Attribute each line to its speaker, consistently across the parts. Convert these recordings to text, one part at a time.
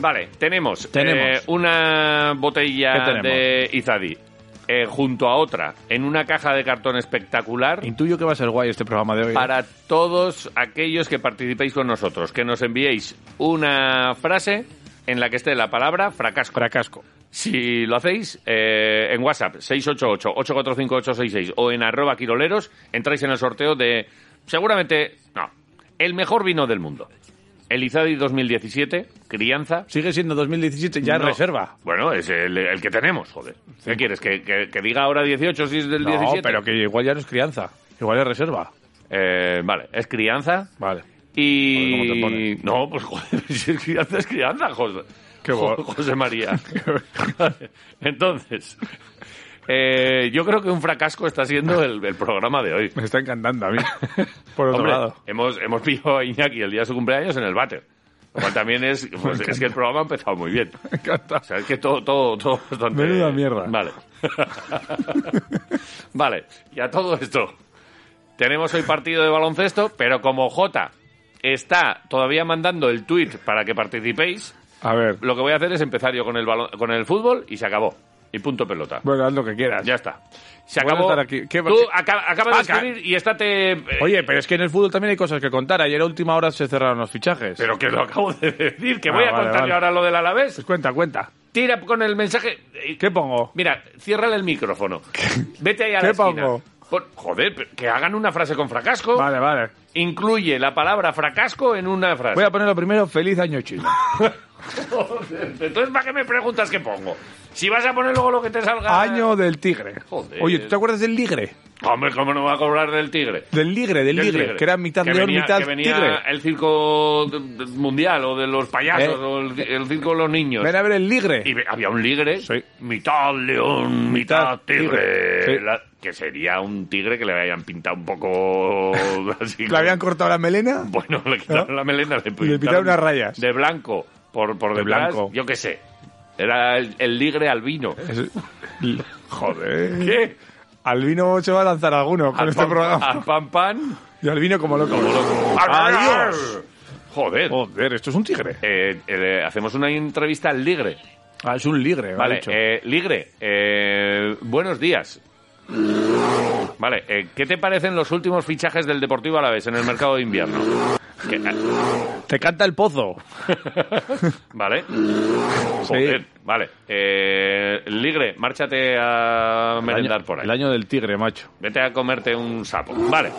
Speaker 1: Vale, tenemos,
Speaker 2: Tenemos.
Speaker 1: eh, una botella
Speaker 2: ¿Qué tenemos?
Speaker 1: de Izadi eh, junto a otra en una caja de cartón espectacular
Speaker 2: Intuyo que va a ser guay este programa de hoy. ¿eh?
Speaker 1: para todos aquellos que participéis con nosotros. Que nos enviéis una frase en la que esté la palabra fracasco.
Speaker 2: Fracasco.
Speaker 1: Si lo hacéis, eh, en WhatsApp 688-845-866 o en arroba quiroleros, entráis en el sorteo de, seguramente, no, el mejor vino del mundo. El Izadi 2017, crianza.
Speaker 2: Sigue siendo 2017, ya
Speaker 1: No.
Speaker 2: reserva.
Speaker 1: Bueno, es el, el que tenemos, joder. ¿Qué
Speaker 2: Sí.
Speaker 1: quieres? ¿Que, que- que diga ahora 18 si es del
Speaker 2: No,
Speaker 1: 17?
Speaker 2: pero que igual ya no es crianza. Igual es reserva.
Speaker 1: Eh, vale, es crianza
Speaker 2: Vale.
Speaker 1: y...
Speaker 2: Joder, ¿cómo te pones?
Speaker 1: no, pues joder, si es crianza, es crianza, José,
Speaker 2: Qué bo-
Speaker 1: Jo- José María. Entonces, eh, yo creo que un fracasco está siendo el, el programa de hoy.
Speaker 2: Me está encantando a mí. Por otro
Speaker 1: Hombre,
Speaker 2: lado.
Speaker 1: hemos, hemos pillado a Iñaki el día de su cumpleaños en el váter. Lo cual también es, pues, es que el programa ha empezado muy bien.
Speaker 2: Me encanta.
Speaker 1: O sea, es que todo, todo, todo bastante...
Speaker 2: Menuda mierda.
Speaker 1: Vale. vale, y a todo esto, tenemos hoy partido de baloncesto, pero como Jota está todavía mandando el tweet para que participéis,
Speaker 2: A ver.
Speaker 1: lo que voy a hacer es empezar yo con el, balon- con el fútbol y se acabó. Y punto pelota.
Speaker 2: Bueno, haz lo que quieras.
Speaker 1: Ya está. Se
Speaker 2: Voy a
Speaker 1: acabó.
Speaker 2: estar aquí. ¿Qué-
Speaker 1: Tú acaba, acaba de
Speaker 2: Acá.
Speaker 1: escribir y estate... eh,
Speaker 2: Oye, pero es que en el fútbol también hay cosas que contar. Ayer a última hora se cerraron los fichajes.
Speaker 1: Pero que lo acabo de decir, que
Speaker 2: Ah,
Speaker 1: voy a
Speaker 2: vale,
Speaker 1: contar yo
Speaker 2: vale.
Speaker 1: ahora lo del Alavés.
Speaker 2: Pues cuenta, cuenta.
Speaker 1: Tira con el mensaje. eh,
Speaker 2: ¿Qué pongo?
Speaker 1: Mira, ciérrale el micrófono. Vete ahí a
Speaker 2: ¿Qué
Speaker 1: la esquina.
Speaker 2: pongo?
Speaker 1: Pon- joder, pero que hagan una frase con fracasco.
Speaker 2: Vale, vale.
Speaker 1: Incluye la palabra fracasco en una frase.
Speaker 2: Voy a poner lo primero, feliz año chino.
Speaker 1: Joder, entonces, ¿para qué me preguntas qué pongo? Si vas a poner luego lo que te salga...
Speaker 2: año del tigre.
Speaker 1: Joder.
Speaker 2: Oye, ¿tú te acuerdas del ligre?
Speaker 1: Hombre, ¿cómo no va a cobrar del tigre?
Speaker 2: Del ligre, del,
Speaker 1: Del
Speaker 2: ligre, Que era mitad león,
Speaker 1: venía-
Speaker 2: mitad
Speaker 1: que venía
Speaker 2: tigre.
Speaker 1: el circo de- de- mundial o de los payasos
Speaker 2: Eh.
Speaker 1: o el, el circo de los niños.
Speaker 2: Ven a ver el ligre.
Speaker 1: Y ve- había un ligre,
Speaker 2: Sí.
Speaker 1: mitad león, mitad
Speaker 2: Mitad
Speaker 1: tigre.
Speaker 2: tigre, sí.
Speaker 1: La- que sería un tigre que le habían pintado un poco así.
Speaker 2: ¿Le habían cortado la melena?
Speaker 1: Bueno, le quitaron
Speaker 2: ¿No?
Speaker 1: la melena, le pintaron,
Speaker 2: pintaron unas rayas.
Speaker 1: De blanco, por, por
Speaker 2: De
Speaker 1: detrás,
Speaker 2: blanco.
Speaker 1: yo qué sé. Era el, el ligre albino.
Speaker 2: Es- Joder.
Speaker 1: ¿Qué?
Speaker 2: Albino se va a lanzar alguno con
Speaker 1: Al Ah.
Speaker 2: este
Speaker 1: pan-
Speaker 2: programa.
Speaker 1: al pan pan.
Speaker 2: Y Albino como loco.
Speaker 1: como loco.
Speaker 2: ¡Adiós!
Speaker 1: Joder.
Speaker 2: Joder, esto es un tigre.
Speaker 1: Eh, eh, hacemos una entrevista al ligre.
Speaker 2: Ah, es un ligre,
Speaker 1: Vale,
Speaker 2: ha dicho.
Speaker 1: eh, Ligre, eh, buenos días. Vale, eh, ¿qué te parecen los últimos fichajes del Deportivo Alavés en el mercado de invierno? Que- eh,
Speaker 2: Te canta el pozo.
Speaker 1: vale. Joder, vale. Eh, Ligre, márchate a merendar
Speaker 2: año,
Speaker 1: por ahí.
Speaker 2: el año del tigre, macho.
Speaker 1: Vete a comerte un sapo. Vale.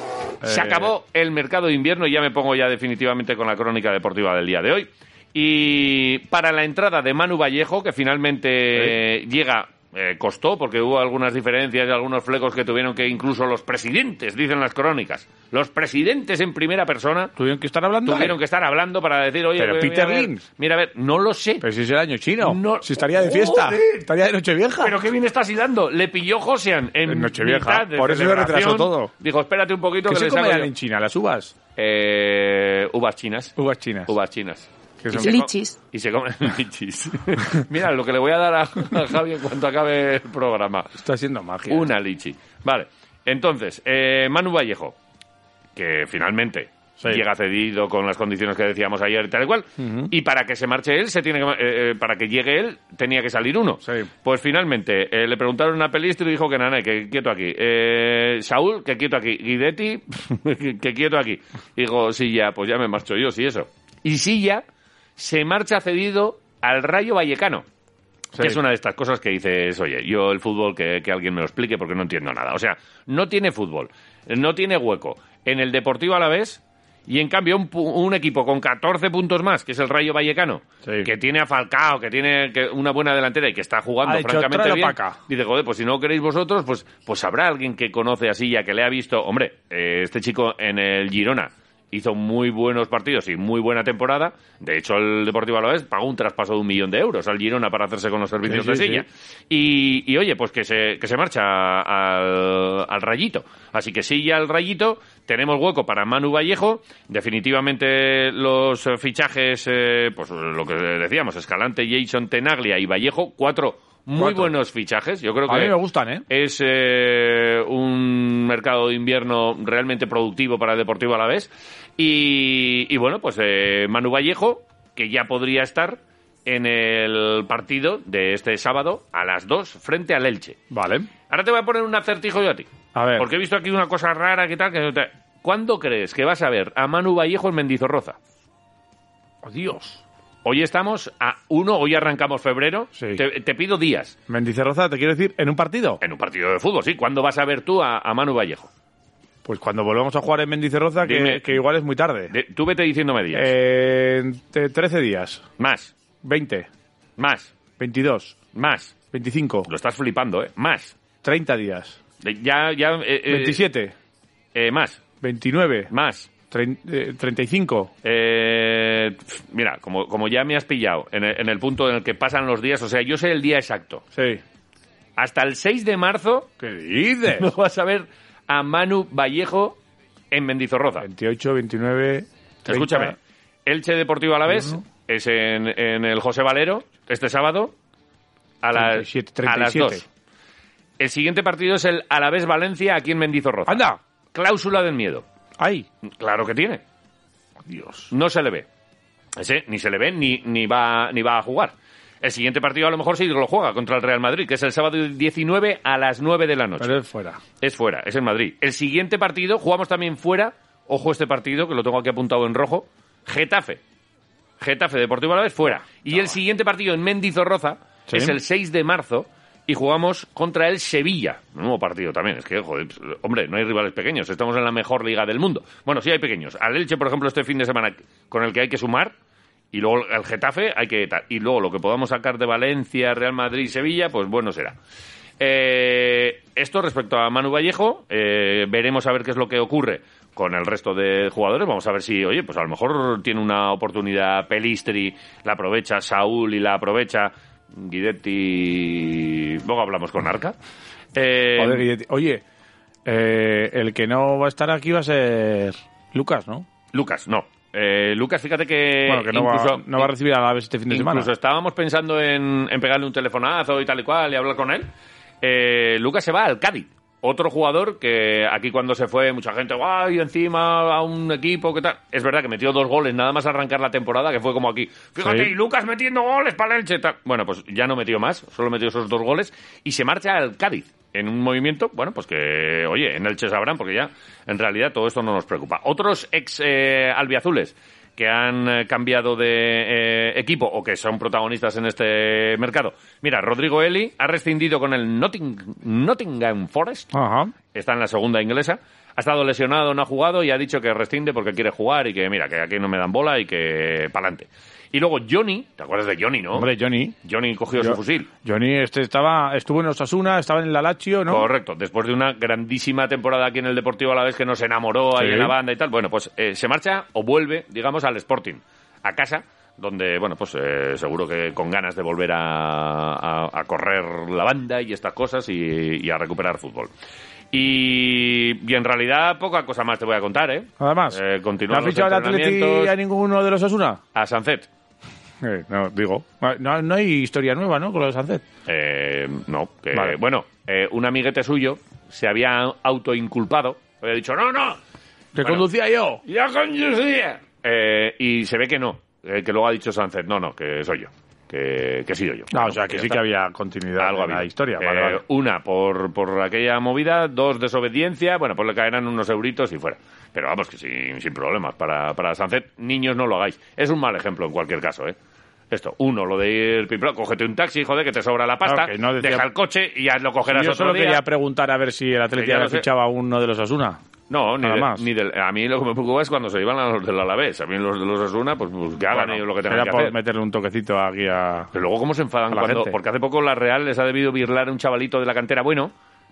Speaker 1: Se
Speaker 2: Eh.
Speaker 1: acabó el mercado de invierno y ya me pongo ya definitivamente con la crónica deportiva del día de hoy. Y para la entrada de Manu Vallejo, que finalmente eh, llega, eh, costó, porque hubo algunas diferencias y algunos flecos que tuvieron que incluso los presidentes, dicen las crónicas, los presidentes en primera persona
Speaker 2: ¿Tuvieron que estar hablando?
Speaker 1: tuvieron que estar hablando para decir, oye,
Speaker 2: Pero
Speaker 1: eh, mira,
Speaker 2: Peter
Speaker 1: a ver,
Speaker 2: Lynch.
Speaker 1: mira, a ver, no lo sé.
Speaker 2: Pero si es el año chino.
Speaker 1: No.
Speaker 2: Si estaría de fiesta.
Speaker 1: Joder.
Speaker 2: Estaría de Nochevieja.
Speaker 1: Pero qué bien estás hilando. Le pilló Josean en,
Speaker 2: En Nochevieja.
Speaker 1: mitad de
Speaker 2: Por eso se retrasó
Speaker 1: celebración.
Speaker 2: todo.
Speaker 1: Dijo, espérate un poquito
Speaker 2: ¿Qué
Speaker 1: que
Speaker 2: se
Speaker 1: le saco
Speaker 2: comerán
Speaker 1: yo.
Speaker 2: en China? ¿Las uvas?
Speaker 1: Eh, uvas chinas.
Speaker 2: Uvas chinas.
Speaker 1: Uvas chinas.
Speaker 2: Que
Speaker 1: Y
Speaker 2: son-
Speaker 1: se co-
Speaker 3: Lichis.
Speaker 1: Y se comen lichis. Mira, lo que le voy a dar a, a Javi en cuanto acabe el programa.
Speaker 2: Está siendo magia.
Speaker 1: Una lichi. Vale. Entonces, eh, Manu Vallejo, que finalmente
Speaker 2: Sí.
Speaker 1: llega cedido con las condiciones que decíamos ayer y tal y cual. Y para que se marche él, se tiene que, ma- eh, eh, para que llegue él, tenía que salir uno.
Speaker 2: Sí.
Speaker 1: Pues finalmente, eh, le preguntaron a Pelistri y dijo que nada, que quieto aquí. Eh, Saúl, que quieto aquí. Guidetti, que quieto aquí. Digo, sí, ya, pues ya me marcho yo, sí, eso. Y Silla se marcha cedido al Rayo Vallecano.
Speaker 2: Sí.
Speaker 1: Que es una de estas cosas que dices, oye, yo el fútbol que, que alguien me lo explique porque no entiendo nada. O sea, no tiene fútbol, no tiene hueco en el Deportivo Alavés Y en cambio, un, pu- un equipo con 14 puntos más, que es el Rayo Vallecano,
Speaker 2: Sí.
Speaker 1: que tiene a Falcao, que tiene que- una buena delantera y que está jugando
Speaker 2: Ha dicho,
Speaker 1: francamente
Speaker 2: "Tráelo
Speaker 1: bien,
Speaker 2: pa' acá".
Speaker 1: dice, joder, pues si no queréis vosotros, pues, pues habrá alguien que conoce así ya que le ha visto. Hombre, eh, este chico en el Girona hizo muy buenos partidos y muy buena temporada. De hecho, el Deportivo Alavés pagó un traspaso de un millón de euros al Girona para hacerse con los servicios
Speaker 2: Sí,
Speaker 1: de
Speaker 2: sí,
Speaker 1: Silla. Y, y, oye, pues que se, que se marcha al, al Rayito. Así que sí, ya al Rayito tenemos hueco para Manu Vallejo. Definitivamente los eh, fichajes, eh, pues eh, lo que decíamos, Escalante, Jason Tenaglia y Vallejo, cuatro muy
Speaker 2: Cuatro.
Speaker 1: buenos fichajes. Yo creo
Speaker 2: A
Speaker 1: que
Speaker 2: mí me gustan, ¿eh?
Speaker 1: es eh, un mercado de invierno realmente productivo para el Deportivo a la vez. Y, y bueno, pues eh, Manu Vallejo, que ya podría estar en el partido de este sábado a las 2 frente al Elche.
Speaker 2: Vale.
Speaker 1: Ahora te voy a poner un acertijo yo a ti.
Speaker 2: A ver.
Speaker 1: Porque he visto aquí una cosa rara que tal. Que... no te- ¿Cuándo crees que vas a ver a Manu Vallejo en Mendizorroza?
Speaker 2: Oh, Dios.
Speaker 1: Hoy estamos a 1, hoy arrancamos febrero.
Speaker 2: Sí.
Speaker 1: Te- te pido días.
Speaker 2: Mendizorroza, te quiero decir, en un partido.
Speaker 1: En un partido de fútbol, sí. ¿Cuándo vas a ver tú a, a Manu Vallejo?
Speaker 2: Pues cuando volvamos a jugar en Mendizorroza,
Speaker 1: Dime.
Speaker 2: que, que igual es muy tarde.
Speaker 1: De- tú vete diciéndome días.
Speaker 2: Eh, en te- 13 días.
Speaker 1: Más,
Speaker 2: 20,
Speaker 1: más,
Speaker 2: 22,
Speaker 1: más.
Speaker 2: 25,
Speaker 1: Lo estás flipando, ¿eh? Más.
Speaker 2: 30 días.
Speaker 1: De- Ya, ya. eh, eh,
Speaker 2: 27,
Speaker 1: eh, más,
Speaker 2: 29,
Speaker 1: más.
Speaker 2: trein- eh, 35.
Speaker 1: Eh, pf, mira, como, como ya me has pillado en el, en el punto en el que pasan los días, o sea, yo sé el día exacto.
Speaker 2: Sí.
Speaker 1: Hasta el 6 de marzo
Speaker 2: ¿Qué dices?
Speaker 1: no vas a ver a Manu Vallejo en Mendizorroza.
Speaker 2: 28, 29. 30.
Speaker 1: Escúchame, Elche Deportivo Alavés es en, en el José Valero este sábado a las,
Speaker 2: 37,
Speaker 1: a las
Speaker 2: 37.
Speaker 1: 2. El siguiente partido es el Alavés Valencia aquí en Mendizorroza.
Speaker 2: ¡Anda!
Speaker 1: Cláusula del miedo.
Speaker 2: ¡Ay!
Speaker 1: Claro que tiene.
Speaker 2: Dios.
Speaker 1: No se le ve. Ese ni se le ve ni, ni, va, ni va a jugar. El siguiente partido a lo mejor sí lo juega contra el Real Madrid, que es el sábado 19 a las 9 de la noche.
Speaker 2: Pero es fuera.
Speaker 1: Es fuera, es en Madrid. El siguiente partido, jugamos también fuera. Ojo este partido, que lo tengo aquí apuntado en rojo. Getafe. Getafe, Deportivo Alavés, fuera. Y el siguiente partido en Mendizorroza
Speaker 2: Sí.
Speaker 1: es el 6 de marzo y jugamos contra el Sevilla. Nuevo partido también. Es que, joder, pues, hombre, no hay rivales pequeños. Estamos en la mejor liga del mundo. Bueno, sí hay pequeños. Al Elche, por ejemplo, este fin de semana con el que hay que sumar. Y luego el Getafe hay que tal. Y luego lo que podamos sacar de Valencia, Real Madrid, Sevilla, pues bueno será. Eh, esto respecto a Manu Vallejo, eh, veremos a ver qué es lo que ocurre con el resto de jugadores. Vamos a ver si, oye, pues a lo mejor tiene una oportunidad Pelistri, la aprovecha Saúl y la aprovecha Guidetti. Luego hablamos con Arca. Eh,
Speaker 2: Joder, Guilletti. Oye, eh, el que no va a estar aquí va a ser Lucas, ¿no?
Speaker 1: Lucas, no. Eh, Lucas, fíjate que,
Speaker 2: bueno, que no, va-
Speaker 1: incluso-
Speaker 2: no va, a recibir a la vez este fin de semana.
Speaker 1: Incluso estábamos pensando en, en pegarle un telefonazo y tal y cual y hablar con él. Eh, Lucas se va al Cádiz. Otro jugador que aquí cuando se fue mucha gente, guay, encima a un equipo, ¿qué tal? Es verdad que metió dos goles nada más arrancar la temporada, que fue como aquí. Fíjate,
Speaker 2: Sí.
Speaker 1: y Lucas metiendo goles para el Elche, tal. Bueno, pues ya no metió más, solo metió esos dos goles y se marcha al Cádiz en un movimiento, bueno, pues que, oye, en Elche sabrán, porque ya en realidad todo esto no nos preocupa. Otros ex eh, albiazules que han eh, cambiado de eh, equipo o que son protagonistas en este mercado. Mira, Rodrigo Eli ha rescindido con el Notting- Nottingham Forest,
Speaker 2: Ajá.
Speaker 1: está en la segunda inglesa, ha estado lesionado, no ha jugado y ha dicho que rescinde porque quiere jugar y que, mira, que aquí no me dan bola y que pa'lante. Y luego Johnny, ¿te acuerdas de Johnny, no?
Speaker 2: Hombre, Johnny.
Speaker 1: Johnny cogió
Speaker 2: Yo-
Speaker 1: su fusil.
Speaker 2: Johnny este estaba, estuvo en Osasuna, estaba en la Lazio, ¿no?
Speaker 1: Correcto, después de una grandísima temporada aquí en el Deportivo a la vez que nos enamoró ahí
Speaker 2: Sí.
Speaker 1: en la banda y tal, bueno, pues eh, se marcha o vuelve, digamos, al Sporting, a casa, donde, bueno, pues eh, seguro que con ganas de volver a, a- a correr la banda y estas cosas y, y a recuperar fútbol. Y, y en realidad poca cosa más te voy a contar, ¿eh?
Speaker 2: Nada más.
Speaker 1: Eh,
Speaker 2: ¿No
Speaker 1: continúan
Speaker 2: has
Speaker 1: los
Speaker 2: fichado el Atleti
Speaker 1: entrenamientos
Speaker 2: a ninguno de los Osasuna?
Speaker 1: a Sancet.
Speaker 2: Eh, no, digo. No, no hay historia nueva, ¿no? Con los Sancet.
Speaker 1: Eh, no, que-
Speaker 2: Vale.
Speaker 1: bueno, eh, un amiguete suyo se había autoinculpado, había dicho, no, no,
Speaker 2: Que
Speaker 1: Bueno.
Speaker 2: conducía yo.
Speaker 1: ¡Ya con Eh, y se ve que no, eh, que luego ha dicho Sánchez, no, no, que soy yo, que, que he sido yo.
Speaker 2: Ah, o sea, que sí que había continuidad
Speaker 1: Algo
Speaker 2: en la
Speaker 1: habido.
Speaker 2: historia.
Speaker 1: Eh,
Speaker 2: Vale, vale.
Speaker 1: Una por, por aquella movida, dos desobediencia, bueno, pues le caerán unos euritos y fuera. Pero vamos, que sin, sin problemas. Para, para Sunset, niños, no lo hagáis. Es un mal ejemplo en cualquier caso, ¿eh? Esto, uno, lo de ir pimplón, cógete un taxi, joder, que te sobra la pasta,
Speaker 2: Claro, que no decía-
Speaker 1: deja el coche y ya lo cogerás
Speaker 2: Yo
Speaker 1: otro
Speaker 2: solo
Speaker 1: día.
Speaker 2: quería preguntar a ver si el Atleti
Speaker 1: Que ya
Speaker 2: había
Speaker 1: lo sé.
Speaker 2: fichado a uno de los Osasuna.
Speaker 1: No, ni,
Speaker 2: Nada
Speaker 1: de-
Speaker 2: más.
Speaker 1: ni del- a mí lo que me preocupa es cuando se iban a los del Alavés. A mí los de los Asuna, pues, pues que hagan
Speaker 2: Bueno,
Speaker 1: ellos lo que
Speaker 2: era
Speaker 1: tengan que
Speaker 2: por
Speaker 1: hacer.
Speaker 2: meterle un toquecito aquí a...
Speaker 1: Pero luego cómo se enfadan
Speaker 2: A la
Speaker 1: cuando...
Speaker 2: gente.
Speaker 1: Porque hace poco la Real les ha debido birlar un chavalito de la cantera bueno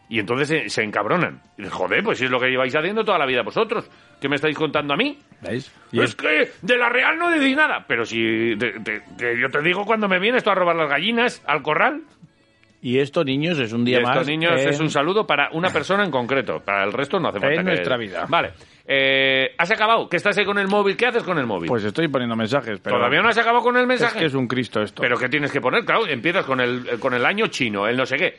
Speaker 1: y entonces se, se encabronan. Y dicen, joder, pues si es lo que lleváis haciendo toda la vida vosotros. ¿Qué me estáis contando a mí?
Speaker 2: ¿Veis?
Speaker 1: es, que de la Real no decís nada. Pero si te- te- te- yo te digo cuando me vienes tú a robar las gallinas al corral.
Speaker 2: Y esto, niños, es un día
Speaker 1: y
Speaker 2: más.
Speaker 1: estos niños
Speaker 2: en-
Speaker 1: es un saludo para una persona en concreto. Para el resto no hace falta
Speaker 2: En
Speaker 1: que-
Speaker 2: nuestra vida.
Speaker 1: Vale. Eh, ¿Has acabado? ¿Qué estás ahí con el móvil? ¿Qué haces con el móvil?
Speaker 2: Pues estoy poniendo mensajes, pero...
Speaker 1: ¿Todavía no has acabado con el
Speaker 2: Es
Speaker 1: mensaje?
Speaker 2: que es un Cristo esto.
Speaker 1: Pero ¿qué tienes que poner? Claro, empiezas con el, eh, con el año chino, el no sé qué.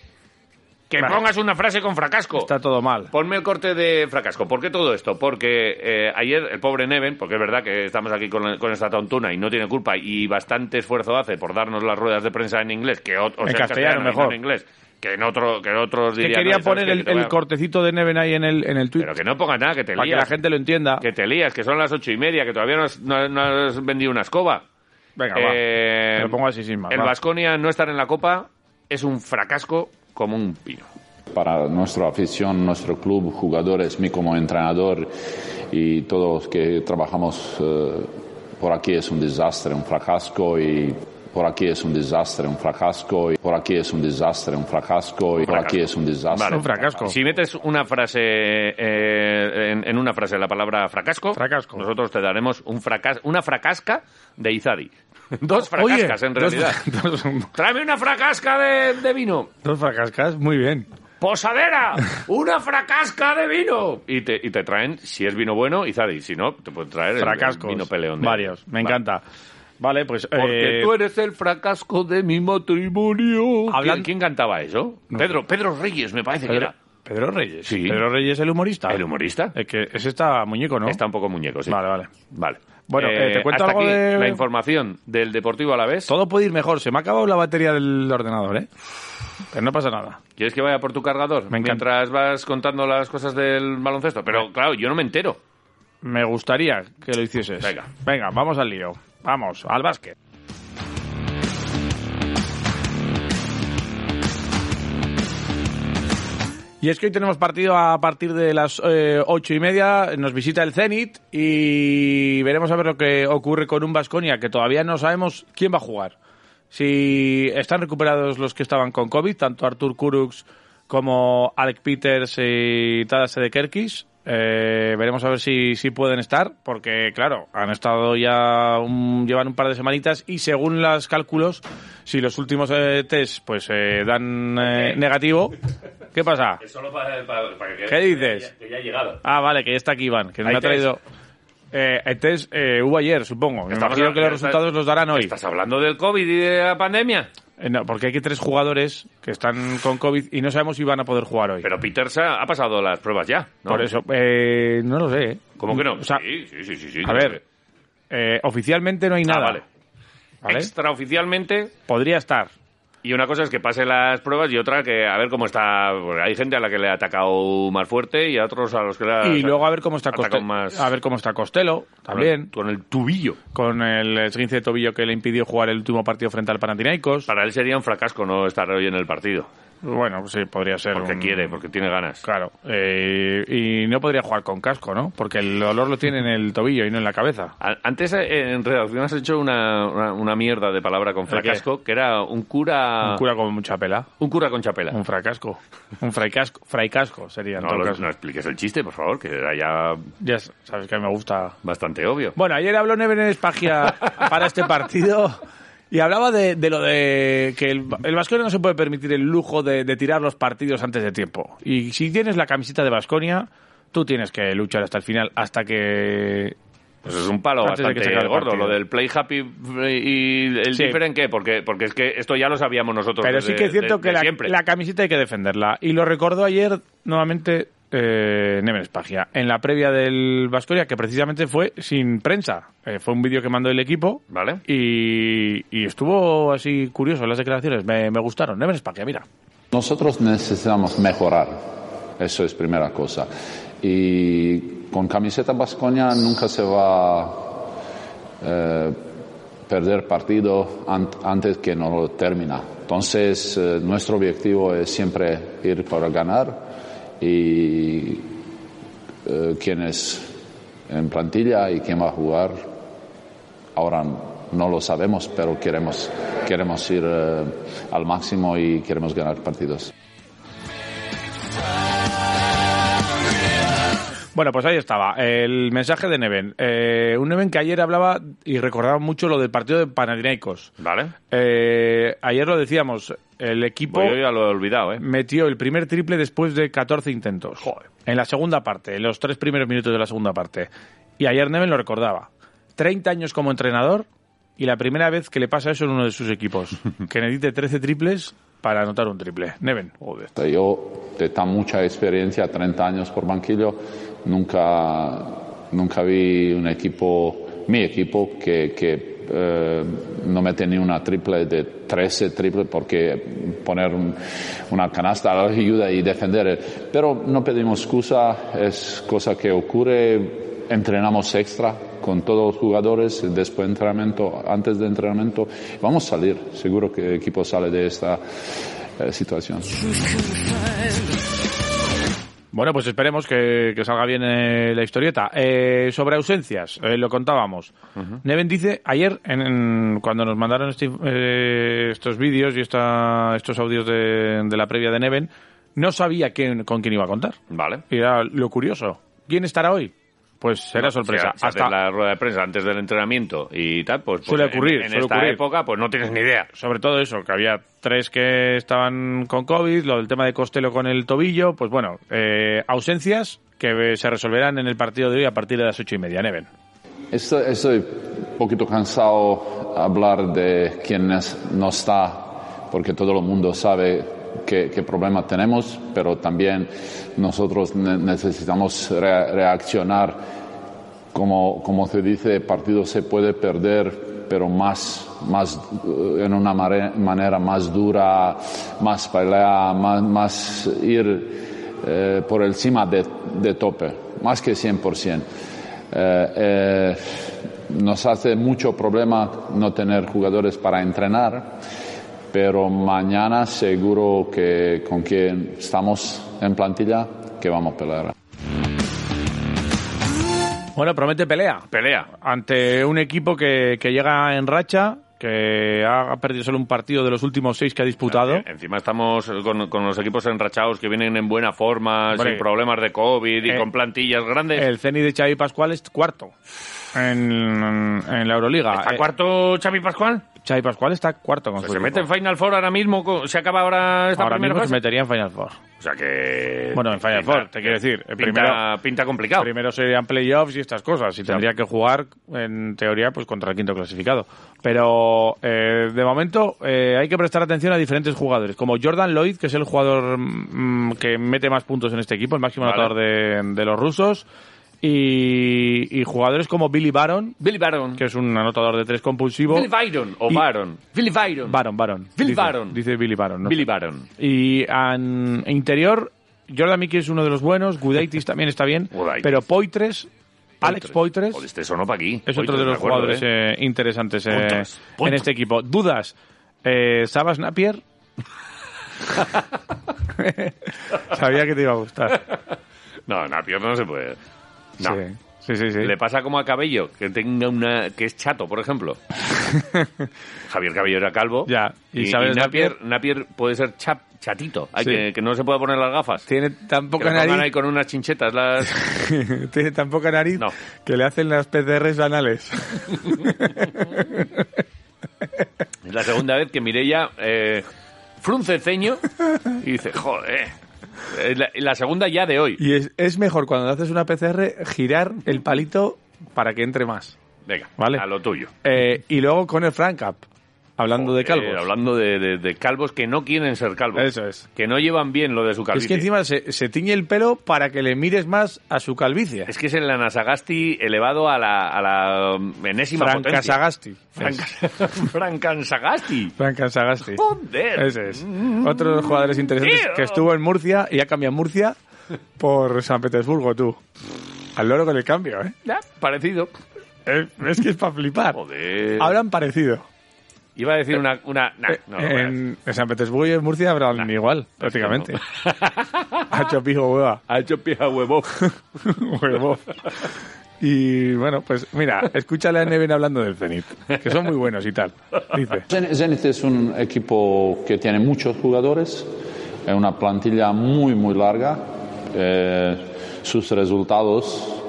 Speaker 1: Que
Speaker 2: Vale.
Speaker 1: pongas una frase con fracasco.
Speaker 2: Está todo mal.
Speaker 1: Ponme el corte de fracasco. ¿Por qué todo esto? Porque eh, ayer el pobre Neven, porque es verdad que estamos aquí con, con esta tontuna y no tiene culpa y bastante esfuerzo hace por darnos las ruedas de prensa en inglés, que ot- o
Speaker 2: En
Speaker 1: sea,
Speaker 2: castellano
Speaker 1: y no
Speaker 2: mejor.
Speaker 1: en inglés, que en otro que en otros
Speaker 2: Que
Speaker 1: dirían,
Speaker 2: quería
Speaker 1: "No, ¿sabes
Speaker 2: poner
Speaker 1: qué?
Speaker 2: el,
Speaker 1: Que te
Speaker 2: el
Speaker 1: voy a-".
Speaker 2: cortecito de Neven ahí en el, en el tweet.
Speaker 1: Pero que no pongas nada, que te
Speaker 2: para que
Speaker 1: lías.
Speaker 2: la gente lo entienda.
Speaker 1: Que te lías, que son las ocho y media, que todavía no has, no- no has vendido una escoba.
Speaker 2: Venga,
Speaker 1: Eh,
Speaker 2: Te lo pongo así sin más,
Speaker 1: El
Speaker 2: va.
Speaker 1: Vasconia no estar en la Copa es un fracasco como un pino.
Speaker 4: para nuestra afición, nuestro club, jugadores, mí como entrenador y todos que trabajamos eh, por aquí es un desastre, un fracaso y por aquí es un desastre, un fracaso y por aquí es un desastre, un fracaso y por aquí es un desastre.
Speaker 1: Vale.
Speaker 2: Un fracasco.
Speaker 1: Si metes una frase eh, en, en una frase la palabra fracasco,
Speaker 2: Fracasco.
Speaker 1: nosotros te daremos un fracas, una fracasca de Izadi. Dos fracascas
Speaker 2: Oye,
Speaker 1: en realidad.
Speaker 2: Dos, dos-
Speaker 1: Tráeme una fracasca de, de vino.
Speaker 2: dos fracascas, muy bien.
Speaker 1: ¡Posadera! ¡Una fracasca de vino! Y te, y te traen, si es vino bueno, Izadi. Si no, te pueden traer el- el
Speaker 2: Fracascos.
Speaker 1: vino peleón. de-
Speaker 2: Varios,
Speaker 1: Vale.
Speaker 2: me encanta. Vale, pues.
Speaker 1: Porque
Speaker 2: eh,
Speaker 1: tú eres el fracasco de mi matrimonio.
Speaker 2: Hablan-
Speaker 1: ¿Quién, quién cantaba eso? Pedro, Pedro Reyes, me parece que
Speaker 2: Pedro,
Speaker 1: era.
Speaker 2: Pedro Reyes.
Speaker 1: Sí.
Speaker 2: Pedro Reyes, el humorista.
Speaker 1: ¿El humorista?
Speaker 2: Es que ese está muñeco, ¿no?
Speaker 1: Está un poco muñeco, sí.
Speaker 2: Vale, vale.
Speaker 1: Vale.
Speaker 2: Bueno, eh, ¿te cuento
Speaker 1: hasta
Speaker 2: algo
Speaker 1: aquí
Speaker 2: de-
Speaker 1: La información del Deportivo a la vez.
Speaker 2: Todo puede ir mejor. Se me ha acabado la batería del ordenador, ¿eh? Pero no pasa nada.
Speaker 1: ¿Quieres que vaya por tu cargador?
Speaker 2: Me encanta.
Speaker 1: Mientras vas contando las cosas del baloncesto. Pero claro, yo no me entero.
Speaker 2: Me gustaría que lo hicieses.
Speaker 1: Venga.
Speaker 2: Venga, vamos al lío. Vamos, al básquet. Y es que hoy tenemos partido a partir de las eh, ocho y media. Nos visita el Zenit y veremos a ver lo que ocurre con un Vasconia que todavía no sabemos quién va a jugar. Si están recuperados los que estaban con COVID, tanto Artur Kurux como Alec Peters y Tadas de Kerkis. veremos a ver si, si pueden estar, porque claro, han estado ya, un- llevan un par de semanitas y según los cálculos, si los últimos eh, test pues eh, dan eh, negativo, ¿qué pasa?
Speaker 1: Solo para, que
Speaker 2: ¿Qué dices?
Speaker 1: Que ya he llegado.
Speaker 2: Ah, vale, que ya está aquí Iván, que no
Speaker 1: Hay
Speaker 2: me ha
Speaker 1: test.
Speaker 2: traído... Eh, el test eh, hubo ayer, supongo. Me
Speaker 1: Estamos
Speaker 2: imagino
Speaker 1: a-
Speaker 2: que los
Speaker 1: está-
Speaker 2: resultados los darán hoy.
Speaker 1: ¿Estás hablando del COVID y de la pandemia?
Speaker 2: Eh, no, porque hay que tres jugadores que están con COVID y no sabemos si van a poder jugar hoy.
Speaker 1: Pero Peter se ha, ha pasado las pruebas ya, ¿no?
Speaker 2: Por eso, eh, no lo sé. ¿eh?
Speaker 1: ¿Cómo que no?
Speaker 2: O sea,
Speaker 1: sí, sí, sí, sí, sí,
Speaker 2: a
Speaker 1: no
Speaker 2: ver,
Speaker 1: sé.
Speaker 2: eh, oficialmente no hay
Speaker 1: Ah,
Speaker 2: nada.
Speaker 1: vale.
Speaker 2: ¿vale?
Speaker 1: Extraoficialmente,
Speaker 2: Podría estar.
Speaker 1: Y una cosa es que pase las pruebas y otra que a ver cómo está. Porque hay gente a la que le ha atacado más fuerte y a otros a los que le ha.
Speaker 2: y luego a ver cómo está
Speaker 1: ataca
Speaker 2: Costello.
Speaker 1: más-
Speaker 2: A ver cómo está Costello también.
Speaker 1: Con el tubillo.
Speaker 2: Con el esguince de tobillo que le impidió jugar el último partido frente al Panathinaikos.
Speaker 1: Para él sería un fracaso no estar hoy en el partido.
Speaker 2: Bueno, sí, podría ser.
Speaker 1: Porque
Speaker 2: un-
Speaker 1: quiere, porque tiene ganas.
Speaker 2: Claro. eh, y no podría jugar con casco, ¿no? Porque el dolor lo tiene en el tobillo y no en la cabeza.
Speaker 1: A- Antes eh, en redacción has hecho una, una, una mierda de palabra con fracasco, que era un cura.
Speaker 2: Un cura con mucha pela.
Speaker 1: un cura con chapela.
Speaker 2: Un fracasco. Un fraicasco. Fraicasco sería. en
Speaker 1: No,
Speaker 2: todo
Speaker 1: lo-
Speaker 2: caso.
Speaker 1: no expliques el chiste, por favor, que era ya
Speaker 2: Ya sabes que me gusta.
Speaker 1: bastante obvio.
Speaker 2: Bueno, ayer habló Neven en Espagia para este partido y hablaba de, de lo de que el, el Vasconia no se puede permitir el lujo de, de tirar los partidos antes de tiempo. Y si tienes la camiseta de Vasconia, tú tienes que luchar hasta el final, hasta que.
Speaker 1: Pues es un palo
Speaker 2: Antes de que se
Speaker 1: bastante
Speaker 2: acabe el
Speaker 1: gordo,
Speaker 2: partido.
Speaker 1: lo del play happy y el
Speaker 2: Sí.
Speaker 1: dipper en qué, porque porque es que esto ya lo sabíamos nosotros.
Speaker 2: Pero
Speaker 1: desde-
Speaker 2: sí que es cierto
Speaker 1: de-
Speaker 2: que
Speaker 1: de
Speaker 2: la,
Speaker 1: siempre.
Speaker 2: la camiseta hay que defenderla. Y lo recordó ayer nuevamente eh, Neven Espagia en la previa del Vasconia, que precisamente fue sin prensa. Eh, fue un vídeo que mandó el equipo.
Speaker 1: ¿Vale?
Speaker 2: Y, y estuvo así curioso las declaraciones. Me, me gustaron. Neven Espagia, mira.
Speaker 4: Nosotros necesitamos mejorar, eso es primera cosa. Y con camiseta vascoña nunca se va a perder partido an- antes que no lo termina. Entonces, eh, nuestro objetivo es siempre ir para ganar y eh, quién es en plantilla y quién va a jugar. Ahora no lo sabemos, pero queremos, queremos ir eh, al máximo y queremos ganar partidos.
Speaker 2: Bueno, pues ahí estaba el mensaje de Neven. Eh, un Neven que ayer hablaba y recordaba mucho lo del partido de Panathinaikos.
Speaker 1: Vale.
Speaker 2: Eh, ayer lo decíamos, el equipo
Speaker 1: Voy, yo ya lo he olvidado, ¿eh?
Speaker 2: metió el primer triple después de 14 intentos.
Speaker 1: Joder.
Speaker 2: En la segunda parte, en los tres primeros minutos de la segunda parte. Y ayer Neven lo recordaba. 30 años como entrenador y la primera vez que le pasa eso en uno de sus equipos. que necesite 13 triples para anotar un triple. Neven.
Speaker 4: Yo de tan mucha experiencia, 30 años por banquillo, nunca, nunca vi un equipo, mi equipo, que, que, eh, no me tenía una triple de 13 triple porque poner un- una canasta ayuda y defender. Pero no pedimos excusa, es cosa que ocurre. Entrenamos extra con todos los jugadores después de entrenamiento, antes de entrenamiento. Vamos a salir, seguro que el equipo sale de esta eh, situación.
Speaker 2: Bueno, pues esperemos que, que salga bien eh, la historieta. Eh, sobre ausencias, eh, lo contábamos. Neven dice, ayer, en- en- cuando nos mandaron este- eh, estos vídeos y esta- estos audios de, de la previa de Neven, no sabía quién, con quién iba a contar.
Speaker 1: Vale.
Speaker 2: Y era lo curioso. ¿Quién estará hoy? Pues será
Speaker 1: No,
Speaker 2: sorpresa.
Speaker 1: si haces
Speaker 2: Hasta,
Speaker 1: la rueda de prensa antes del entrenamiento y tal, pues, pues
Speaker 2: Suele
Speaker 1: en-
Speaker 2: ocurrir,
Speaker 1: En,
Speaker 2: suele
Speaker 1: esta
Speaker 2: ocurrir.
Speaker 1: época, pues no tienes ni idea.
Speaker 2: sobre todo eso, que había tres que estaban con COVID, lo del tema de Costello con el tobillo, pues bueno, eh, ausencias que eh, se resolverán en el partido de hoy a partir de las ocho y media, Neven.
Speaker 4: Estoy, estoy un poquito cansado de hablar de quién es- no está, porque todo el mundo sabe qué, qué problema tenemos, pero también nosotros ne- necesitamos re- reaccionar. Como, como se dice, el partido se puede perder, pero más, más eh, en una mare- manera más dura, más pelea, más, más ir eh, por encima de, de tope, más que 100%. Eh, eh, nos hace mucho problema no tener jugadores para entrenar, pero mañana seguro que con quien estamos en plantilla que vamos a pelear.
Speaker 2: Bueno, promete pelea.
Speaker 1: Pelea.
Speaker 2: ante un equipo que, que llega en racha, que ha perdido solo un partido de los últimos seis que ha disputado.
Speaker 1: Eh, Encima estamos con, con los equipos enrachados que vienen en buena forma,
Speaker 2: Hombre.
Speaker 1: sin problemas de COVID y
Speaker 2: Eh,
Speaker 1: con plantillas grandes.
Speaker 2: El Ceni de Xavi Pascual es cuarto en, en la Euroliga.
Speaker 1: ¿Está
Speaker 2: Eh,
Speaker 1: cuarto Xavi Pascual? Pues
Speaker 2: Xavi Pascual está cuarto con su
Speaker 1: se
Speaker 2: equipo.
Speaker 1: mete en Final Four ahora mismo, co- se acaba ahora esta
Speaker 2: Ahora
Speaker 1: primera
Speaker 2: mismo se
Speaker 1: fase.
Speaker 2: metería en Final Four.
Speaker 1: O sea que...
Speaker 2: Bueno, en Final Four, te quiero decir, eh,
Speaker 1: Pinta,
Speaker 2: primero-
Speaker 1: pinta complicado.
Speaker 2: Primero serían playoffs y estas cosas. Y tendría que jugar, en teoría, pues contra el quinto clasificado. Pero eh, de momento eh, hay que prestar atención a diferentes jugadores. Como Jordan Lloyd, que es el jugador mm, que mete más puntos en este equipo, el máximo
Speaker 1: Vale.
Speaker 2: anotador de, de los rusos. Y, y jugadores como Billy Baron,
Speaker 1: Billy Byron.
Speaker 2: que es un anotador de tres compulsivo.
Speaker 1: Billy Byron o
Speaker 2: Y-
Speaker 1: Baron. Billy Byron.
Speaker 2: Baron, Baron.
Speaker 1: Billy
Speaker 2: dice,
Speaker 1: Baron.
Speaker 2: Dice Billy Baron. ¿no?
Speaker 1: Billy Byron.
Speaker 2: Y en interior, Jordan Mickey es uno de los buenos, Gudaitis también está bien,
Speaker 1: Gudaitis.
Speaker 2: pero Poitres, Alex Poitres,
Speaker 1: Joder, este sonó para aquí.
Speaker 2: es otro
Speaker 1: Poitres, me
Speaker 2: de los
Speaker 1: acuerdo,
Speaker 2: jugadores
Speaker 1: ¿eh?
Speaker 2: eh, interesantes eh,
Speaker 1: Poitres,
Speaker 2: en
Speaker 1: Poitres.
Speaker 2: este equipo. Dudas, eh, Sabas Napier. Sabía que te iba a gustar.
Speaker 1: No, Napier no se puede. No.
Speaker 2: Sí, sí, sí. sí.
Speaker 1: Le pasa como a Cabello, que tenga una que es chato, por ejemplo. Javier Cabello era calvo.
Speaker 2: Ya, y
Speaker 1: Y,
Speaker 2: ¿sabes
Speaker 1: y Napier, Napier puede ser chap- chatito. Hay
Speaker 2: Sí.
Speaker 1: que, que no se pueda poner las gafas.
Speaker 2: Tiene tan
Speaker 1: que
Speaker 2: poca
Speaker 1: le pongan ahí
Speaker 2: nariz,
Speaker 1: con unas chinchetas las...
Speaker 2: tiene tan poca nariz
Speaker 1: No.
Speaker 2: que le hacen las PCRs anales.
Speaker 1: Es la segunda vez que Mireia eh, frunce el ceño y dice, joder. Es La, la segunda ya de hoy.
Speaker 2: Y es, es mejor cuando haces una PCR girar el palito para que entre más.
Speaker 1: Venga,
Speaker 2: Vale.
Speaker 1: a lo tuyo.
Speaker 2: Eh, y luego con el Frank Up, hablando de calvos.
Speaker 1: Eh, hablando de, de- de calvos que no quieren ser calvos.
Speaker 2: Eso es.
Speaker 1: Que no llevan bien lo de su calvicie.
Speaker 2: Es que encima se, se tiñe el pelo para que le mires más a su calvicie.
Speaker 1: Es que es el Anasagasti elevado a la, a la um, enésima
Speaker 2: Frank
Speaker 1: potencia.
Speaker 2: Casagasti.
Speaker 1: Frank- Frank Anasagasti.
Speaker 2: Frank Casagasti.
Speaker 1: ¡Joder!
Speaker 2: Ese es. Otro de los jugadores interesantes
Speaker 1: Tío.
Speaker 2: que estuvo en Murcia y ha cambiado Murcia por San Petersburgo, tú. Al loro con el cambio, ¿eh?
Speaker 1: Ya, Parecido.
Speaker 2: Eh, Es que es para flipar.
Speaker 1: Joder.
Speaker 2: Hablan parecido.
Speaker 1: Iba a decir una... una
Speaker 2: Eh,
Speaker 1: nah, no, no,
Speaker 2: en, en San Petersburgo y en Murcia habrán igual,
Speaker 1: Pues
Speaker 2: prácticamente. Hacho pijo hueva.
Speaker 1: Ha hecho pija huevo.
Speaker 2: Huevo. Y bueno, pues mira, escúchale a Neven hablando del Zenit, que son muy buenos y tal. Dice.
Speaker 4: Zen- Zenit es un equipo que tiene muchos jugadores, es una plantilla muy, muy larga. Eh, sus resultados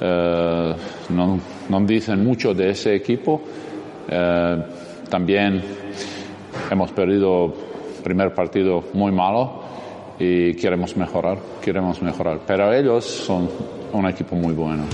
Speaker 4: eh, no, no dicen mucho de ese equipo. Eh, también hemos perdido primer partido muy malo y queremos mejorar, queremos mejorar. Pero ellos son un equipo muy bueno.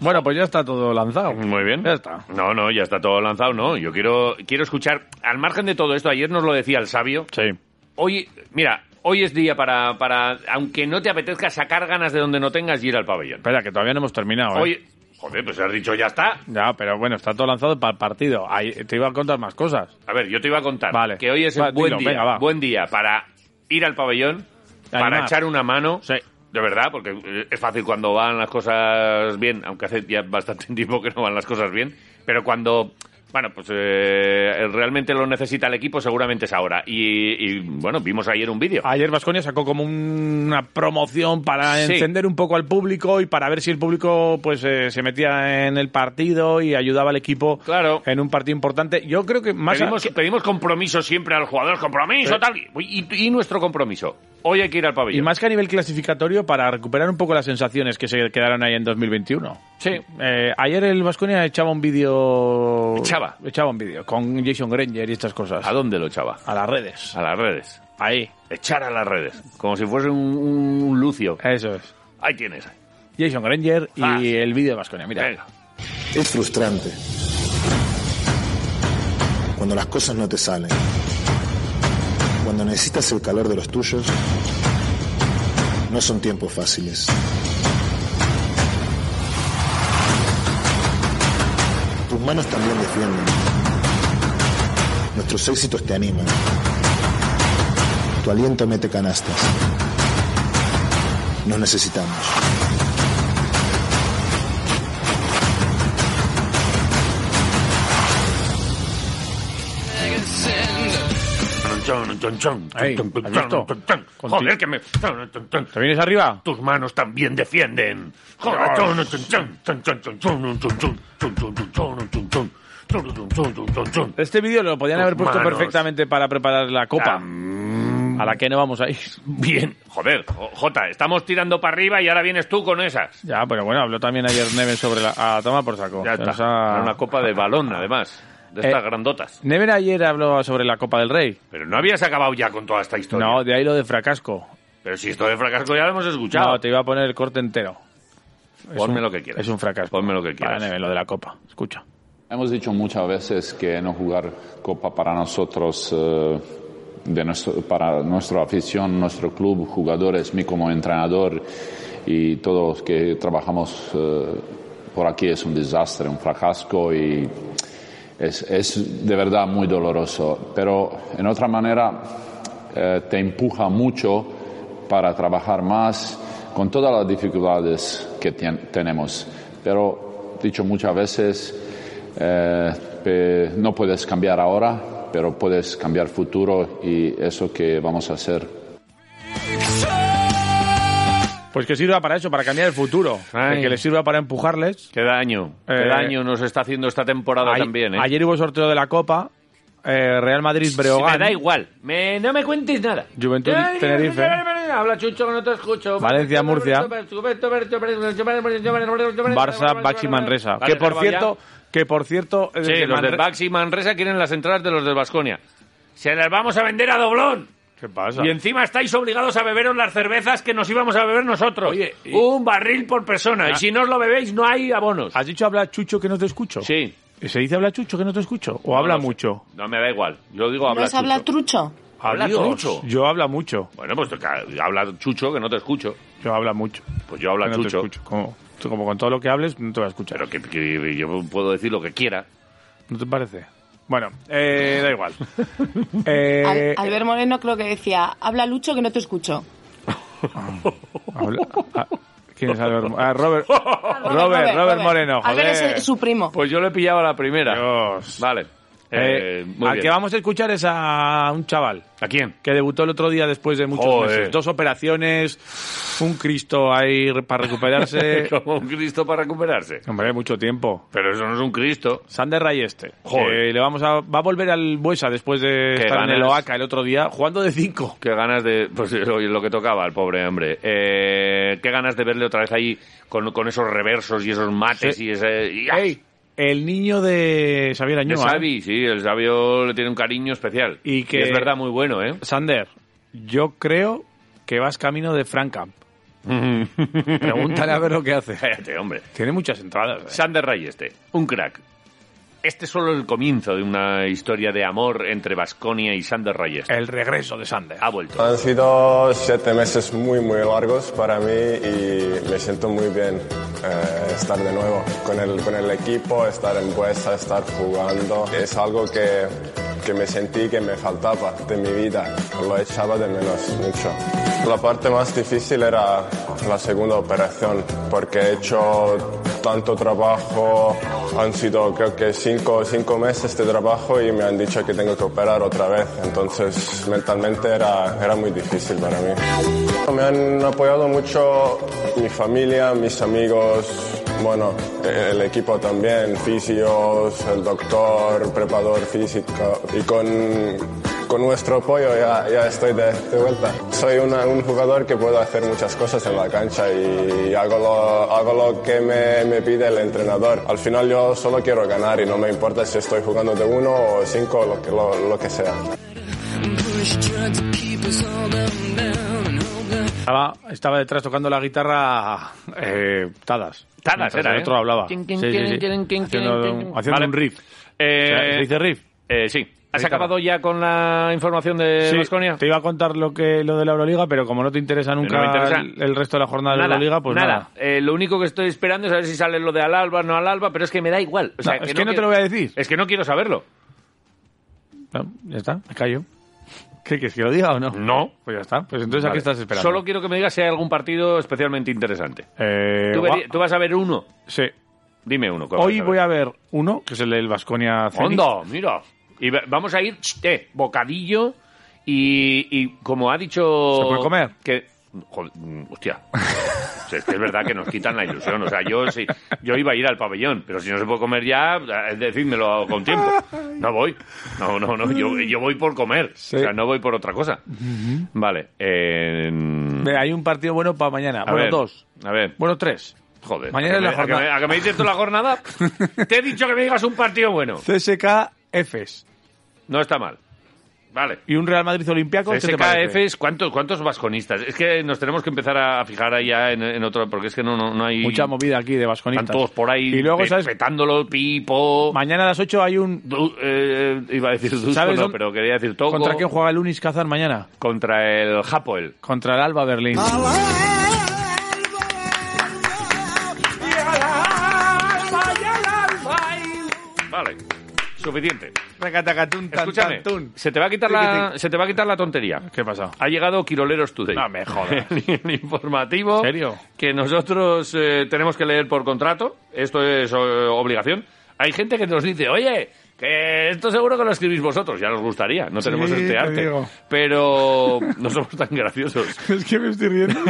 Speaker 2: Bueno, pues ya está todo lanzado.
Speaker 1: Muy bien.
Speaker 2: Ya está.
Speaker 1: No, no, ya está todo lanzado, no. Yo quiero, quiero escuchar, al margen de todo esto, ayer nos lo decía el sabio,
Speaker 2: Sí.
Speaker 1: hoy, mira, hoy es día para, para aunque no te apetezca sacar ganas de donde no tengas y ir al pabellón.
Speaker 2: Espera, que todavía no hemos terminado. ¿eh?
Speaker 1: Hoy, joder, pues has dicho ya está.
Speaker 2: Ya, pero bueno, está todo lanzado para el partido. Ahí- te iba a contar más cosas.
Speaker 1: A ver, yo te iba a contar
Speaker 2: Vale.
Speaker 1: que hoy es
Speaker 2: Va,
Speaker 1: un buen
Speaker 2: dilo,
Speaker 1: día,
Speaker 2: venga, va.
Speaker 1: buen día para ir al pabellón, para
Speaker 2: Animar.
Speaker 1: echar una mano.
Speaker 2: Sí.
Speaker 1: De verdad, porque eh, es fácil cuando van las cosas bien, aunque hace ya bastante tiempo que no van las cosas bien, pero cuando, bueno, pues eh, realmente lo necesita el equipo seguramente es ahora. Y, y, bueno, vimos ayer un vídeo.
Speaker 2: Ayer Vasconia sacó como un- una promoción para
Speaker 1: Sí.
Speaker 2: encender un poco al público y para ver si el público pues eh, se metía en el partido y ayudaba al equipo
Speaker 1: Claro.
Speaker 2: en un partido importante. Yo creo que más a-
Speaker 1: Pedimos, pedimos compromiso siempre a los jugadores, compromiso,
Speaker 2: Sí.
Speaker 1: tal. y- Y, y nuestro compromiso. Hoy hay que ir al pabellón.
Speaker 2: y más que a nivel clasificatorio para recuperar un poco las sensaciones que se quedaron ahí en 2021.
Speaker 1: Sí.
Speaker 2: Eh, ayer el Vasconia echaba un vídeo
Speaker 1: Echaba.
Speaker 2: echaba un vídeo con Jason Granger y estas cosas
Speaker 1: ¿A dónde lo echaba?
Speaker 2: a las redes.
Speaker 1: A las redes.
Speaker 2: Ahí,
Speaker 1: Echar a las redes. Como si fuese un, un lucio.
Speaker 2: eso es.
Speaker 1: Ahí tienes.
Speaker 2: Jason Granger
Speaker 1: Ah.
Speaker 2: y el vídeo de Vasconia. Mira.
Speaker 1: Venga.
Speaker 5: Es frustrante. Cuando las cosas no te salen. Cuando necesitas el calor de los tuyos. No son tiempos fáciles. Tus manos también defienden. Nuestros éxitos te animan. Tu aliento mete canastas. Nos necesitamos.
Speaker 1: Chon, chon, chon,
Speaker 2: Ey,
Speaker 1: chon, chon,
Speaker 2: ¿has
Speaker 1: chon,
Speaker 2: visto?
Speaker 1: chon, chon. Joder, que me. chon, chon, chon.
Speaker 2: ¿Te vienes arriba?
Speaker 1: Tus manos también defienden. Joder, chon, chon, chon, chon, chon, chon, chon, chon, chon, chon, chon, chon, chon, chon, chon, chon, chon, chon, chon, chon, chon.
Speaker 2: Este vídeo lo podían
Speaker 1: Tus
Speaker 2: haber puesto
Speaker 1: manos. Ah.
Speaker 2: perfectamente para preparar la copa, a la que no vamos a ir.
Speaker 1: Bien. Joder, jo- Jota, estamos tirando para arriba y ahora vienes tú con esas.
Speaker 2: Ya, pero bueno, habló también ayer Neven sobre la... Ah, toma por saco.
Speaker 1: Ya
Speaker 2: Se nos
Speaker 1: está.
Speaker 2: ha-
Speaker 1: Era Una copa de balón, además. De
Speaker 2: Eh.
Speaker 1: estas grandotas.
Speaker 2: Neven ayer habló sobre la Copa del Rey.
Speaker 1: Pero no habías acabado ya con toda esta historia.
Speaker 2: No, de ahí lo de fracasco.
Speaker 1: Pero si esto de fracaso ya lo hemos escuchado.
Speaker 2: No, te iba a poner el corte entero.
Speaker 1: Ponme lo que quieras.
Speaker 2: Es un fracaso.
Speaker 1: Ponme lo que quieras.
Speaker 2: Para Neven, lo de la Copa. Escucha.
Speaker 4: Hemos dicho muchas veces que no jugar copa para nosotros, eh, de nuestro- para nuestra afición, nuestro club, jugadores, mí como entrenador y todos los que trabajamos eh, por aquí es un desastre, un fracaso y es, es de verdad muy doloroso. Pero en otra manera eh, te empuja mucho para trabajar más con todas las dificultades que tien- tenemos. Pero dicho muchas veces, eh, pe- no puedes cambiar ahora, pero puedes cambiar futuro y eso que vamos a hacer.
Speaker 2: Pues que sirva para eso, para cambiar el futuro.
Speaker 1: Ay.
Speaker 2: Que, que les sirva para empujarles.
Speaker 1: Qué daño, qué
Speaker 2: Eh,
Speaker 1: daño nos está haciendo esta temporada
Speaker 2: Ay-
Speaker 1: también, ¿eh?
Speaker 2: Ayer hubo sorteo de la Copa. eh, Real
Speaker 1: Sí,
Speaker 2: Madrid-Breogán.
Speaker 1: me da igual, me- no me cuentes nada.
Speaker 2: Juventud,
Speaker 1: Ay,
Speaker 2: Tenerife.
Speaker 1: Habla Chucho, que no te escucho.
Speaker 2: Valencia, Murcia. Barça, Baxi Manresa.
Speaker 1: Vale,
Speaker 2: que por
Speaker 1: acaba ya.
Speaker 2: cierto, que por cierto, eh,
Speaker 1: Sí,
Speaker 2: que
Speaker 1: los del
Speaker 2: Manre-
Speaker 1: Baxi Manresa quieren las entradas de los del Basconia. Se las vamos a vender a doblón.
Speaker 2: ¿Qué pasa?
Speaker 1: Y encima estáis obligados a beberos las cervezas que nos íbamos a beber nosotros.
Speaker 2: Oye, y- Ah.
Speaker 1: Un barril por persona. Y si no os lo bebéis, no hay abonos.
Speaker 2: ¿Has dicho habla Chucho que no te escucho?
Speaker 1: Sí.
Speaker 2: ¿Se dice habla Chucho que no te escucho? ¿O habla
Speaker 1: No, no sé.
Speaker 2: mucho?
Speaker 1: No, me da igual. Yo digo
Speaker 6: ¿No
Speaker 1: habla
Speaker 6: es habla
Speaker 1: Chucho.
Speaker 6: trucho?
Speaker 1: Habla
Speaker 2: Adiós.
Speaker 1: Chucho.
Speaker 2: Yo habla mucho.
Speaker 1: Bueno, pues ca- habla Chucho, que no te escucho.
Speaker 2: Yo habla mucho.
Speaker 1: Pues yo habla
Speaker 2: Que no te
Speaker 1: Chucho.
Speaker 2: escucho. Como, tú, como con todo lo que hables, no te voy a escuchar.
Speaker 1: Pero que, que yo puedo decir lo que quiera.
Speaker 2: ¿No te parece? Bueno, eh, da igual. Eh,
Speaker 6: Al- Albert Moreno creo que decía, habla Lucho que no te escucho.
Speaker 2: habla- ah, ¿Quién es Albert? Ah, Robert, Robert, Robert Moreno.
Speaker 6: Albert es
Speaker 2: joder.
Speaker 6: el- su primo.
Speaker 1: Pues yo le he pillado a la primera.
Speaker 2: Dios.
Speaker 1: Vale. Eh,
Speaker 2: Eh,
Speaker 1: muy
Speaker 2: al
Speaker 1: bien.
Speaker 2: que vamos a escuchar es a un chaval
Speaker 1: ¿A quién?
Speaker 2: que debutó el otro día después de muchos
Speaker 1: Joder.
Speaker 2: meses. Dos operaciones, un Cristo ahí re- para recuperarse.
Speaker 1: Eh, Como un Cristo para recuperarse.
Speaker 2: Hombre, mucho tiempo.
Speaker 1: Pero eso no es un Cristo.
Speaker 2: Sander Rayeste.
Speaker 1: Joder.
Speaker 2: que le vamos a, va a volver al Buesa después de
Speaker 1: Qué
Speaker 2: estar en el
Speaker 1: ganas.
Speaker 2: Oaca el otro día, jugando de 5.
Speaker 1: Qué ganas de. Pues es lo, lo que tocaba al pobre hombre. Eh, qué ganas de verle otra vez ahí con, con esos reversos y esos mates
Speaker 2: Sí.
Speaker 1: y ese. y- ¡ah!
Speaker 2: Ey, el niño de Xavier
Speaker 1: De
Speaker 2: Añúa. ¿eh?
Speaker 1: Xavi, sí, el sabio le tiene un cariño especial.
Speaker 2: Y que-
Speaker 1: es verdad, muy bueno, ¿eh?
Speaker 2: Sander, yo creo que vas camino de Frank Camp. Pregúntale a ver lo que hace.
Speaker 1: Cállate, hombre.
Speaker 2: Tiene muchas entradas. ¿eh?
Speaker 1: Sander Rayeste, un crack. Este es solo el comienzo de una historia de amor entre Vasconia y Sander Rayeste.
Speaker 2: El regreso de Sander.
Speaker 1: Ha vuelto.
Speaker 7: Han sido siete meses muy, muy largos para mí y me siento muy bien eh, estar de nuevo con el, con el equipo, estar en Buesa, estar jugando. Es algo que, que me sentí que me faltaba de mi vida. Lo echaba de menos mucho. La parte más difícil era la segunda operación porque he hecho tanto trabajo, han sido creo que cinco, cinco meses de trabajo y me han dicho que tengo que operar otra vez, entonces mentalmente era, era muy difícil para mí. Me han apoyado mucho mi familia, mis amigos, bueno, el equipo también, fisios, el doctor, preparador físico y con con nuestro apoyo ya, ya estoy de, de vuelta. Soy una- un jugador que puedo hacer muchas cosas en la cancha y hago lo, hago lo que me, me pide el entrenador. Al final yo solo quiero ganar y no me importa si estoy jugando de uno o cinco o lo que, lo- lo que sea.
Speaker 2: Estaba, estaba detrás tocando la guitarra eh, Tadas.
Speaker 1: Tadas
Speaker 2: Mientras
Speaker 1: era,
Speaker 2: el
Speaker 1: ¿eh?
Speaker 2: otro hablaba.
Speaker 1: Quin, quin,
Speaker 2: Sí, sí,
Speaker 1: quin,
Speaker 2: sí.
Speaker 1: quin, quin,
Speaker 2: Haciendo
Speaker 1: quin,
Speaker 2: un-
Speaker 1: quin.
Speaker 2: haciendo
Speaker 1: Vale.
Speaker 2: un riff.
Speaker 1: Eh,
Speaker 2: O sea, ¿Se dice riff?
Speaker 1: eh, sí. ¿Has
Speaker 2: Ahí está.
Speaker 1: acabado ya con la información de
Speaker 2: Sí,
Speaker 1: Vasconia?
Speaker 2: te iba a contar lo que lo de la Euroliga, pero como no te interesa nunca
Speaker 1: me interesa.
Speaker 2: el, el resto de la jornada de la Euroliga, pues nada.
Speaker 1: Eh, lo único que estoy esperando es a ver si sale lo de al alba, no al alba, pero es que me da igual. O sea,
Speaker 2: No, es que no te lo voy a decir.
Speaker 1: Es que no quiero saberlo.
Speaker 2: No, ya está, me callo. ¿Qué quieres que lo diga o no?
Speaker 1: No.
Speaker 2: Pues ya está. Pues entonces aquí
Speaker 1: Vale.
Speaker 2: estás esperando.
Speaker 1: Solo quiero que me digas si hay algún partido especialmente interesante.
Speaker 2: Eh,
Speaker 1: Tú,
Speaker 2: gua-
Speaker 1: veri- tú vas a ver uno.
Speaker 2: sí.
Speaker 1: Dime uno. ¿cuál
Speaker 2: Hoy
Speaker 1: vas
Speaker 2: voy
Speaker 1: ver?
Speaker 2: a ver uno, que es el del Vasconia
Speaker 1: ¡Onda! Mira. Y ve- vamos a ir, ch, eh, bocadillo y, y como ha dicho...
Speaker 2: ¿Se puede comer?
Speaker 1: Que, joder, mm, hostia. O sea, es que es verdad que nos quitan la ilusión. O sea, yo sí, yo iba a ir al pabellón, pero si no se puede comer ya, eh, decídmelo con tiempo. No voy. No, no, no. Yo, yo voy por comer. O sea, no voy por otra cosa. Vale. eh,
Speaker 2: Hay un partido bueno para mañana.
Speaker 1: a
Speaker 2: bueno,
Speaker 1: ver,
Speaker 2: dos.
Speaker 1: A ver.
Speaker 2: Bueno, tres.
Speaker 1: Joder. ¿a
Speaker 2: Mañana es
Speaker 1: que
Speaker 2: la
Speaker 1: me-
Speaker 2: jornada.
Speaker 1: ¿A que me, a que me dices tú la jornada? Te he dicho que me digas un partido bueno.
Speaker 2: CSK Efes.
Speaker 1: No está mal. Vale.
Speaker 2: Y un Real Madrid Olympiacos. ¿qué te parece?
Speaker 1: SKF, ¿cuántos, ¿cuántos vasconistas? Es que nos tenemos que empezar a fijar ahí ya en, en otro, porque es que no, no, no hay...
Speaker 2: Mucha movida aquí de
Speaker 1: Están
Speaker 2: vasconistas.
Speaker 1: todos por ahí
Speaker 2: Y luego,
Speaker 1: pe-
Speaker 2: ¿sabes?
Speaker 1: petándolo, Pipo...
Speaker 2: Mañana a las 8 hay un...
Speaker 1: Du- eh, iba a decir Dusko,
Speaker 2: ¿Sabes
Speaker 1: no,
Speaker 2: dónde-
Speaker 1: pero quería decir Togo.
Speaker 2: ¿Contra quién juega el Unis Kazan mañana?
Speaker 1: Contra el Hapoel.
Speaker 2: Contra el Alba Berlín.
Speaker 1: Vale, suficiente. Escúchame,
Speaker 2: Escúchame.
Speaker 1: se te, va a quitar la, se te va a quitar la tontería.
Speaker 2: ¿Qué pasa?
Speaker 1: Ha llegado Quiroleros Today.
Speaker 2: No me jodas.
Speaker 1: El informativo.
Speaker 2: ¿En serio?
Speaker 1: Que nosotros eh, tenemos que leer por contrato. Esto es eh, obligación. Hay gente que nos dice, oye, que esto seguro que lo escribís vosotros. Ya nos gustaría. No tenemos
Speaker 2: Sí,
Speaker 1: este
Speaker 2: te
Speaker 1: arte.
Speaker 2: digo.
Speaker 1: Pero no somos tan graciosos.
Speaker 2: Es que me estoy riendo.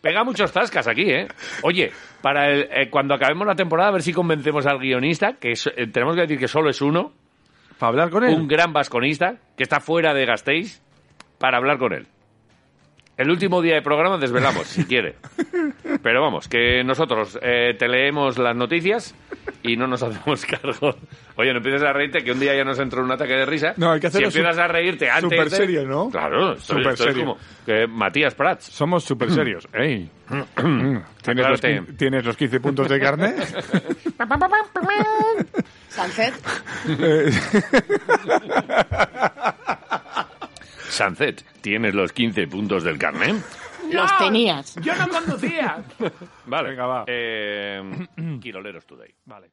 Speaker 1: Pega muchos tascas aquí, ¿eh? Oye, para el, eh, cuando acabemos la temporada, a ver si convencemos al guionista, que es- eh, tenemos que decir que solo es uno,
Speaker 2: ¿Para hablar con él?
Speaker 1: un gran vasconista, que está fuera de Gasteiz, para hablar con él. El último día de programa desvelamos, si quiere. Pero vamos, que nosotros eh, te leemos las noticias y no nos hacemos cargo. Oye, no empieces a reírte, que un día ya nos entró un ataque de risa.
Speaker 2: No, hay que hacerlo
Speaker 1: Si empiezas
Speaker 2: sup-
Speaker 1: a reírte antes.
Speaker 2: súper
Speaker 1: de-
Speaker 2: serio, ¿no?
Speaker 1: Claro, esto,
Speaker 2: Súper
Speaker 1: esto es
Speaker 2: serio.
Speaker 1: como que Matías Prats.
Speaker 2: Somos súper serios. Ey. ¿Tienes, los
Speaker 1: Aclárate.
Speaker 2: quin- ¿Tienes los 15 puntos de carne?
Speaker 6: Sunset.
Speaker 1: Sunset, ¿tienes los 15 puntos del carnet?
Speaker 6: Los tenías.
Speaker 1: ¡Yo no conducía! vale.
Speaker 2: Venga, va.
Speaker 1: Eh, Quiroleros Today. Vale.